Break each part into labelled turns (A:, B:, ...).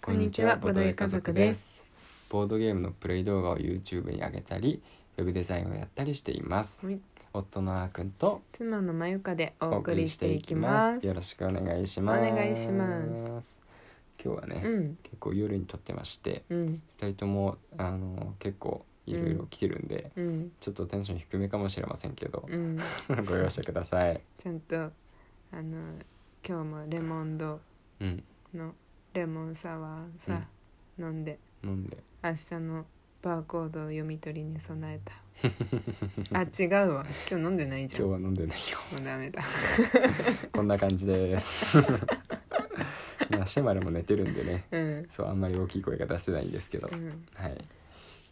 A: こんにちは、ボドゲ家族で。す。
B: ボードゲームのプレイ動画を YouTube に上げたり、ウェブデザインをやったりしています。
A: はい
B: 夫のあーくんと
A: 妻のまゆかでお送りしていきます。
B: よろしくお願いします。
A: お願いします。
B: 今日はね、
A: うん、
B: 結構夜に撮ってまして、
A: うん、
B: 二人ともあの結構いろいろ来てるんで、
A: うん、
B: ちょっとテンション低めかもしれませんけど
A: う、ん、
B: ご容赦ください。
A: ちゃんと、あの、今日もレモンド
B: うん、
A: のレモンサワーさ、飲んで、
B: 飲んで。
A: 明日のバーコードを読み取りに備えた。あ、違うわ、今日飲んでないじゃん。
B: 今日
A: も
B: は飲んでないよ。
A: うダメだ。
B: こんな感じ です。まあシェマルも寝てるんでね、
A: うん、
B: そうあんまり大きい声が出せないんですけど、
A: うん、
B: はい。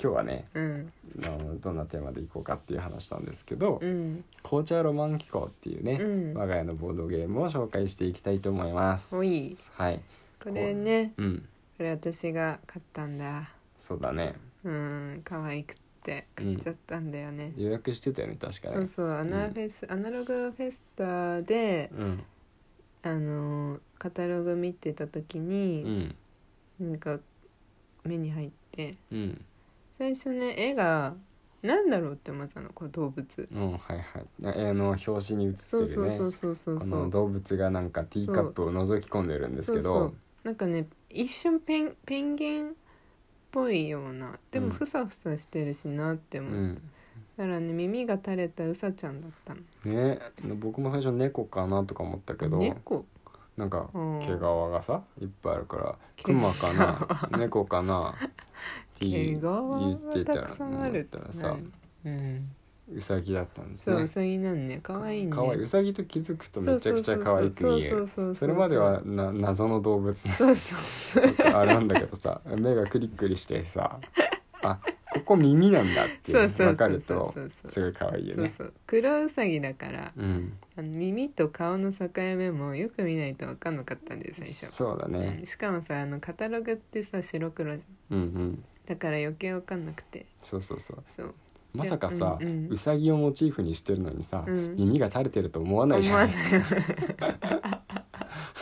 B: 今日はね、
A: うん、
B: あのどんなテーマでいこうかっていう話なんですけど、
A: うん、
B: 紅茶ロマン機構っていうね、
A: うん
B: 我が家のボードゲームを紹介していきたいと思います。
A: ほい
B: はい。
A: これね、
B: うん、
A: これ私が買ったんだ。
B: そうだね。
A: うん、可愛くって買っちゃったんだよね。
B: 予約してたよね確かね。
A: そうそうアナフェス、アナログフェスタで、
B: うん
A: あのーカタログ見てた時
B: う
A: に、
B: ん
A: なんか目に入って
B: うん
A: 最初ね絵がなんだろうって思ったのこれ動物
B: うんはいはい。な絵の表紙に写
A: そ
B: っ
A: う
B: て
A: そ
B: る
A: う
B: ね。
A: そうそうそう
B: こ
A: そ
B: の
A: う
B: 動物がなんかティーカップを覗き込んでるんですけ
A: そう
B: ど
A: そ、なんかね一瞬ペンペンギンっぽいようなで
B: う
A: も
B: ん
A: ふさふさしてるしなって
B: う
A: 思っ
B: ん。
A: たらね耳が垂れたウサちゃんだったの
B: ね、僕も最初猫かなとか思ったけど、
A: 猫
B: なんか
A: うん
B: 毛皮がさいっぱいあるからクマか な猫かなって
A: 毛
B: 言
A: 皮は
B: ってた
A: た
B: ら
A: くさんあ
B: 思っ
A: る
B: たらさ
A: うん
B: ウサギだったんです
A: そう、
B: ね
A: うさぎなんね、可愛いね。
B: かわいウサギと気づくとめちゃくちゃ可愛く見え
A: そう
B: る
A: そうそううう
B: それまでは。な謎の動物
A: そうそうそう。
B: あれなんだけどさ目がクリクリして さあここ耳なんだって
A: そうそう
B: 分
A: そ
B: か
A: う
B: る
A: そう
B: と
A: そうそう。
B: すごい可愛いよ
A: そう
B: ね
A: そう黒うさぎだから
B: うん
A: あの耳と顔の境目もよく見ないと分かんなかったんだよ最初、
B: そうだ
A: う
B: ね
A: んしかもさあのカタログってさ白黒じゃん
B: うんうん
A: だから余計分かんなくて
B: そうそうそう
A: そう
B: まさかさ、
A: うんうん
B: うさぎをモチーフにしてるのにさ、
A: うん
B: 耳が垂れてると思わないじ
A: 思
B: ゃな
A: わ
B: い
A: な
B: で
A: い
B: すか。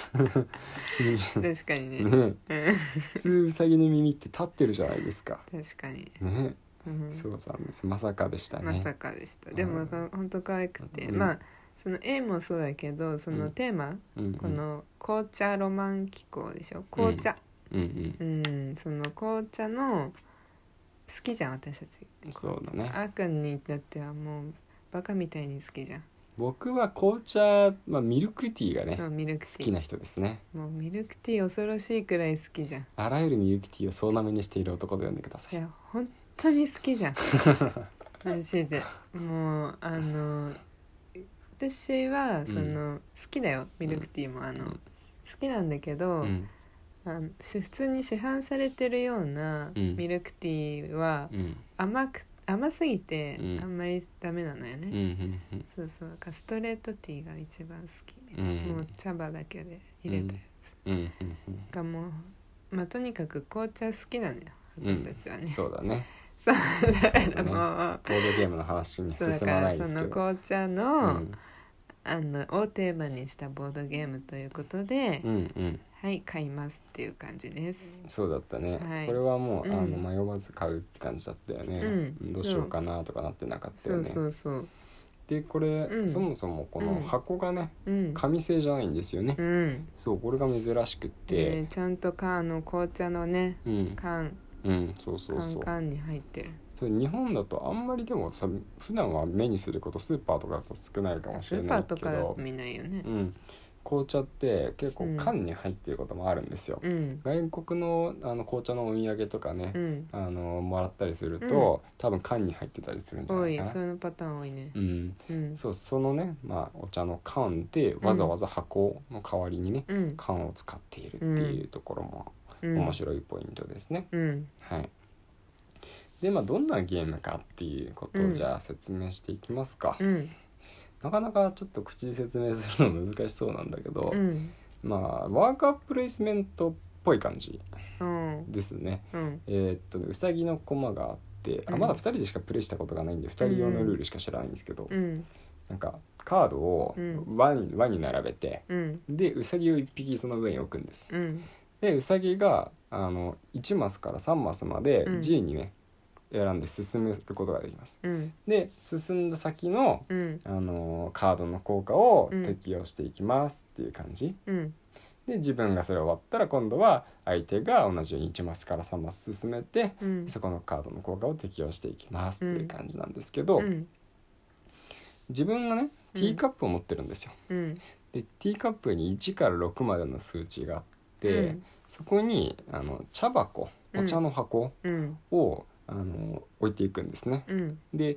A: 確かにね
B: ねね
A: うん
B: 普通うさぎの耳って立ってるじゃないですか。
A: 確かに、
B: ね、
A: うん、
B: そうなんです。まさかでしたね。
A: まさかでしたで
B: う
A: も、
B: ん
A: 本当可愛くて、
B: うん
A: まあその絵もそうだけどそうの
B: ん
A: テーマ、
B: うんうん、
A: この紅茶ロマン機構でしょ紅茶
B: うん
A: うん、その紅茶の好きじゃん私たち
B: うん、そうだね。
A: あーくんに至ってはもうバカみたいに好きじゃん、
B: 僕は紅茶、まあミルクティーがね
A: そ、うミルク
B: 好
A: ティ
B: き
A: ー
B: な人ですね。
A: もうミルクティー恐ろしいくらい好きじゃん
B: あらゆるミルクティーを総なめにしている男と呼んでくださ
A: い
B: い。
A: や本当に好 きじゃんマジでもうあの私はその、好きだよミルクティーもあの、
B: うん
A: 好きなんだけど、
B: うん、
A: あのし普通に市販されてるような
B: うん
A: ミルクティーは
B: うん、
A: 甘く甘すぎて
B: うん
A: あんまりダメなのよ
B: うん、う
A: ね、
B: ん、うん
A: そうそうだからストレートティーが一番好き、
B: うん
A: もう茶葉だけで入れたや
B: うん、うんうん
A: つがもうまあとにかく紅茶好きなのよ
B: うん
A: 私たちはね、
B: そうだね。
A: そうだからもう
B: ボードゲームの話に
A: そ
B: 進
A: うだか
B: まな
A: ら
B: い
A: そ
B: ですけ
A: の
B: ど。
A: 紅茶
B: う
A: の,、
B: ん、
A: あのをテーマにしたボードゲームということで、
B: うん、うん。
A: はい買いますっていう感じです、
B: そうだったね、
A: はい
B: これはもう、
A: うん
B: あの迷わず買うって感じだったよね、
A: うん
B: どうしようかなとかなってなかった
A: そ
B: よ
A: う
B: ね
A: そうそう
B: でこれ、
A: うん
B: そもそもこ
A: う
B: の
A: ん
B: 箱がね
A: うん
B: 紙製じゃないんですよね、
A: うん
B: そうこれが珍しくっ
A: で
B: て、
A: ちゃんとかあの紅茶のね
B: うん、
A: 缶
B: うん、そうそう
A: 缶
B: そう
A: 缶に入ってる
B: そう日本だとあんまりでもさ普段は目にすることスーパーとかだと少ないかもし
A: ス
B: れ
A: ーパ
B: ない
A: ー
B: け
A: とか
B: ど、
A: 見ないよね
B: うん、紅茶って結構
A: うん
B: 缶に入ってることもあるんですよ、
A: うん
B: 外国のあの紅茶のお土産とかね、
A: うん
B: あのもらったりすると、多分缶に入ってたりするんじゃ
A: 多
B: ない
A: い
B: か
A: そ
B: な。
A: のパターン多いね
B: うん、
A: うん
B: そうそのね、まあ、お茶の缶でわざわざ箱の代わりにね、
A: うん
B: 缶を使っているっていうところも
A: うん
B: 面白いポイントですね。
A: うん
B: はい、でまあどんなゲームかっていうこと
A: う
B: を
A: ん
B: じゃあ説明していきますか、
A: うん
B: なかなかちょっと口で説明するの難しそうなんだけど、
A: うん
B: まあワーカープレイスメントっぽい感じ
A: うん
B: ですね。
A: うん
B: えーっとねうさぎの駒があってあ
A: うん
B: まだ2人でしかプレイしたことがないんで2人用のルールしか知らないんですけど、
A: うん
B: なんかカードを
A: うん
B: 輪に輪に並べて
A: うん
B: でうさぎを1匹その上に置くんです。
A: うん
B: でウサギがあの1マスから3マスまで
A: うん
B: G にね、選んで進むことができます。
A: うん
B: で進んだ先の、
A: うん
B: あのカードの効果を
A: うん
B: 適用していきますっていう感じ。
A: うん
B: で自分がそれを割ったら今度は相手が同じように1マスから3マス進めて、
A: うん
B: そこのカードの効果を適用していきますっていう感じなんですけど、
A: うん
B: 自分がね
A: う
B: テ
A: ん
B: ィーカップを持ってるんですよ。
A: うん
B: でティーカップに1から6までの数値があって、
A: うん
B: そこにあの茶箱お茶の箱
A: うん
B: を、あの置いていくんですね。
A: うん
B: で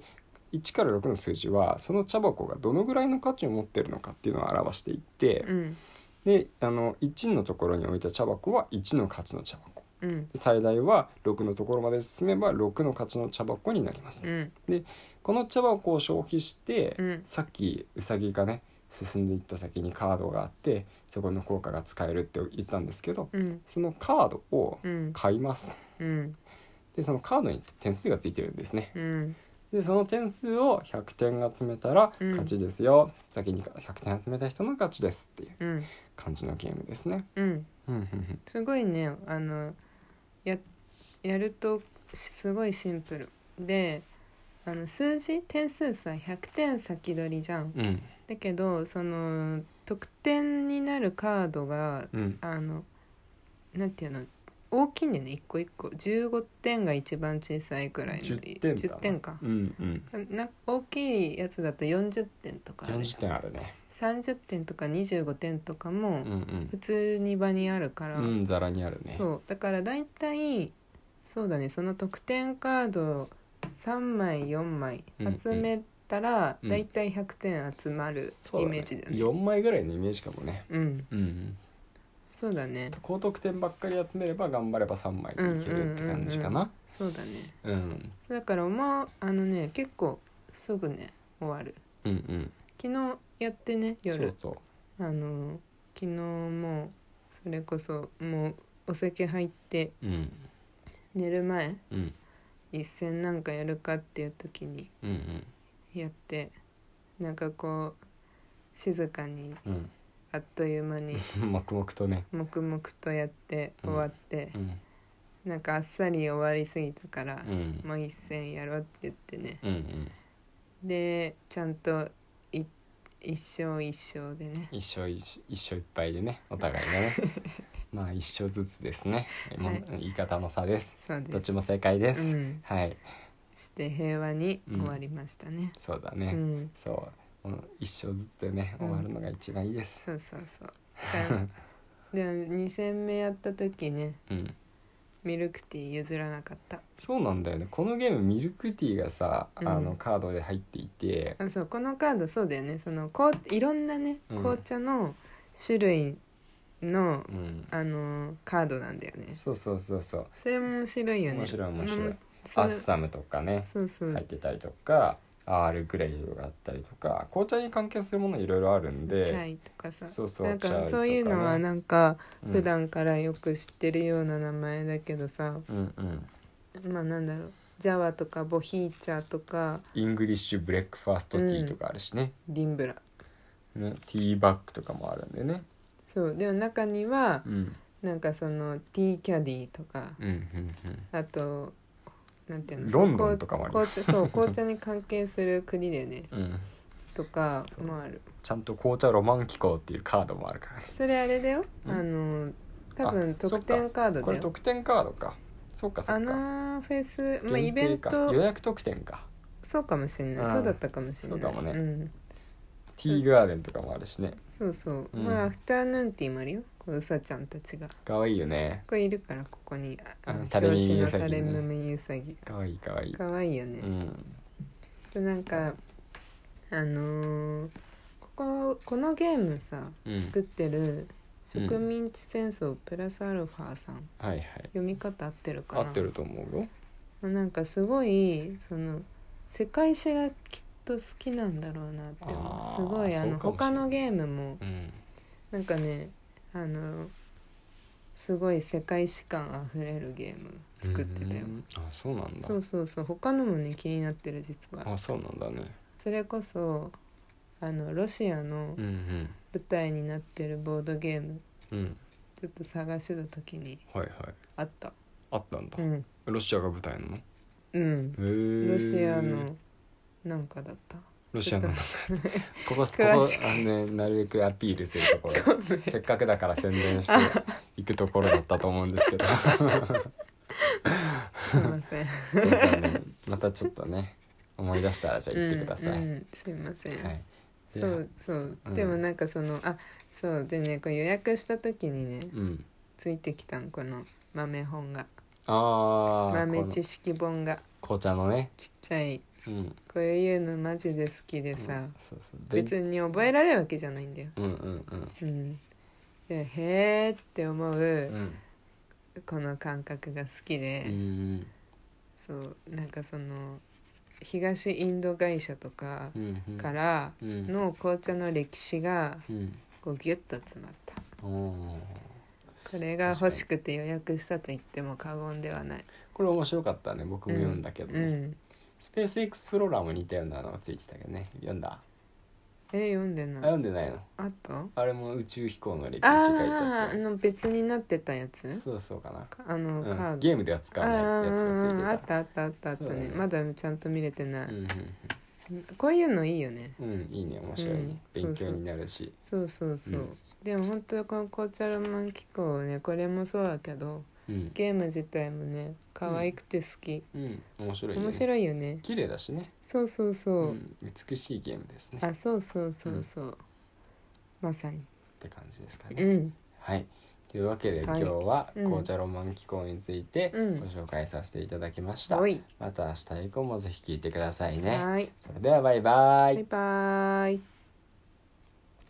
B: 1から6の数字はその茶箱がどのぐらいの価値を持ってるのかっていうのを表していて、
A: うん
B: であの1のところに置いた茶箱は1の価値の茶箱
A: う
B: で
A: ん
B: 最大は6のところまで進めば6の価値の茶箱になります、
A: うん
B: この茶箱を消費して、
A: うん
B: さっきウサギがね進んでいった先にカードがあってそこの効果が使えるって言ったんですけど
A: うん
B: そのカードを
A: うん
B: 買います
A: うん
B: でそのカードに点数がついてるんですね
A: うん
B: でその点数を100点集めたら
A: うん
B: 勝ちですよ、先に100点集めた人の勝ちですっていう
A: うん
B: 感じのゲームですね
A: うん
B: うんうんうん
A: すごいねあのややるとすごいシンプルであの数字点数さ100点先取りじゃん
B: うん
A: だけどその得点になるカードが
B: うん
A: あのなんていうの大きいんだよね一個一個15点が一番小さいくらいの
B: 10点だな
A: 10点か
B: うんうん
A: な大きいやつだと40点とかあるじ
B: 40点あるね
A: ゃん30点とか25点とかも
B: うん
A: 普通に場にあるから、
B: うんうんざらにあるね
A: そうだから大体そうだねその得点カード3枚4枚
B: うん
A: 集めたら
B: うん
A: 大体100点集まる
B: そう
A: イ
B: だ
A: メージだよね。
B: 4枚ぐらいのイメージかもね
A: うん、
B: うんうん
A: そうだね
B: 高得点ばっかり集めれば頑張れば3枚でいけるって感じかな
A: そうだね
B: うんうん
A: そうだからまああのね結構すぐね終わる
B: うん
A: 昨日やってね
B: そう
A: 夜
B: そう
A: あの昨日もそれこそもうお酒入って
B: うん
A: 寝る前
B: うん
A: 一戦なんかやるかっていう時に
B: うんうん
A: やってなんかこう静かに
B: うん
A: あっという間に
B: 黙々とね
A: 黙々とやって
B: うん
A: 終わって
B: う、ん
A: なんかあっさり終わりすぎたから
B: う、ん
A: もう一戦やろうって言ってね
B: うんうん
A: でちゃんとい一生一生でね
B: 一生一生一生いっぱいでねお互いが ねまあ一生ずつですねもう
A: はい
B: 言い方の差です
A: そうです
B: どっちも正解です、
A: うん、
B: はい
A: して平和に終わりましたね、
B: そうだ
A: う
B: ね、
A: ん
B: そうもう一生ずつでね終わるのが一番いいです
A: そうそうそうだ からで2戦目やった時ね
B: うん
A: ミルクティー譲らなかった
B: そうなんだよねこのゲームミルクティーがさ、
A: うん
B: あのカードで入っていて
A: あそうこのカードそうだよねそのこういろんなね
B: うん
A: 紅茶の種類の、
B: うん
A: あのーカードなんだよね
B: そうそうそうそう
A: それも面白いよね
B: 面白い面白い
A: うんそ
B: ア
A: う
B: ッサムとかね
A: そうそう、
B: 入ってたりとか R グレイドがあったりとか紅茶に関係するものいろいろあるんで
A: チャイとかさ
B: そうそう
A: なん
B: チャイと
A: か
B: か
A: そういうのは
B: ね
A: なんか
B: うん
A: 普段からよく知ってるような名前だけどさ、
B: うんうん
A: まあなんだろうジャワとかボヒーチャとか
B: イングリッシュブレックファーストティーとかあるしね,、
A: ディンブラ
B: ねティーバッグとかもあるんでね
A: そうでも中には
B: うん
A: なんかそのティーキャディーとか
B: うんうんうん
A: あとなんていうの
B: ロンドンとかもある
A: 紅茶そう紅茶に関係する国だよね
B: うん
A: とかもある
B: ちゃんと紅茶ロマン機構っていうカードもあるからね
A: それあれだよ、
B: うん
A: あの多分
B: あそっか
A: 特典カード
B: こ
A: だ
B: れ
A: よ
B: 得点カードかそうかそ
A: ア
B: うか
A: ナフェス、まあ、イ
B: 限
A: ベ
B: 定
A: ン
B: か
A: ト
B: 予約特典か
A: そうかもしんない
B: うん
A: そうだったかもしんない
B: そうかもね
A: ん、
B: ティーガーデンとかもあるしね
A: そうそう、
B: うん
A: まあアフターヌーンティーもあるよこううさちゃんたちが
B: かわいいよね
A: これいるからここに
B: あ
A: の
B: 垂れ
A: 表紙
B: 耳
A: の
B: ウサギね
A: 垂れ耳ウサギ
B: かわいいかわいい
A: かわいいよね、
B: うん
A: でなんかあのーこここのゲームさ
B: うん
A: 作ってる
B: うん
A: 植民地戦争プラスアルファさん、
B: はいはい
A: 読み方合ってるか
B: 合
A: な
B: ってると思うよ
A: なんかすごいその世界史がきっと好きなんだろうなって
B: あー
A: すごいあ
B: そ
A: の
B: うかもしれな
A: 他
B: い
A: のゲームも
B: うん
A: なんかねあのすごい世界史感あふれるゲーム作ってたよ
B: うんあそうなんだ
A: そうそうそう他のもね気になってる実は
B: あそうなんだね
A: それこそあのロシアの
B: うん
A: 舞台になってるボードゲーム
B: うんうん
A: ちょっと探してた時に
B: はいはい
A: あった
B: あったんだ、
A: うん
B: ロシアが舞台なのへ
A: うん
B: え
A: ロシアのなんかだ った
B: ロシアなんだ ここここあ
A: 詳しく
B: の、ね、なるべくアピールするとこ ろ
A: ごめん
B: せっかくだから宣伝していくところだったと思うんです けど
A: すいません
B: 前回ねまたちょっとね思い出したらじゃあ言ってください、
A: うんうん、すいません、
B: はいで
A: そうそう、
B: うん
A: でもなんかそのあそうでねこう予約した時にね
B: うん
A: ついてきたんこの豆本が
B: ああ
A: 豆知識本が
B: 紅茶のね
A: ちっちゃい
B: うん
A: こういうのマジで好きでさ、
B: そうそうで
A: 別に覚えられるわけじゃないんだよ、
B: うんうんうん
A: うん、でへーって思う
B: うん
A: この感覚が好きで、
B: うん
A: そうなんかその東インド会社とか
B: うんうん
A: から
B: うん
A: の紅茶の歴史が
B: うん
A: こうギュッと詰まった
B: おー
A: これが欲しくて予約したと言っても過言ではない、
B: これ面白かったね僕も読んだけど
A: う
B: ね、
A: ん、
B: スペースエクスプローラーも似たようなのがついてたけどね読んだ、
A: え読んで
B: あ
A: ない
B: 読んでないの
A: あと
B: あれも宇宙飛行の歴史書いて
A: あ
B: あ
A: あ
B: っ
A: あの別になってたや
B: て
A: つ
B: そうそうかな
A: あのカード、
B: うん、ゲームでは使わないやつ
A: あーあ
B: が
A: っ
B: ついてた
A: たあったあったあった
B: そうだ
A: ね
B: ね
A: まだちゃんと見れてない、
B: うん
A: こういうのいいよね
B: うんうん、うん、いいね面白いね、
A: うん
B: 勉
A: そう
B: 強
A: そう
B: になるし
A: そうそうそう、
B: うん
A: でも本当この紅茶ロマン機構ねこれもそうだけど
B: うん、
A: ゲーム自体もね可愛くて好き、
B: うん、面白い、ね、
A: 面白いよね
B: 綺麗だしね、
A: そうそうそうう、
B: ん、美しいゲームですねっ
A: あそうそうそうそう、まさに
B: て感じですか
A: う
B: ね、
A: ん
B: はいというわけで今
A: はい
B: 日は
A: うん
B: 紅茶ロマン機構についてご
A: うん
B: 紹介させていただきました、
A: おい
B: また明日以降もぜひ聞いてくださいね
A: はい
B: それではバイバイ
A: バイバーイ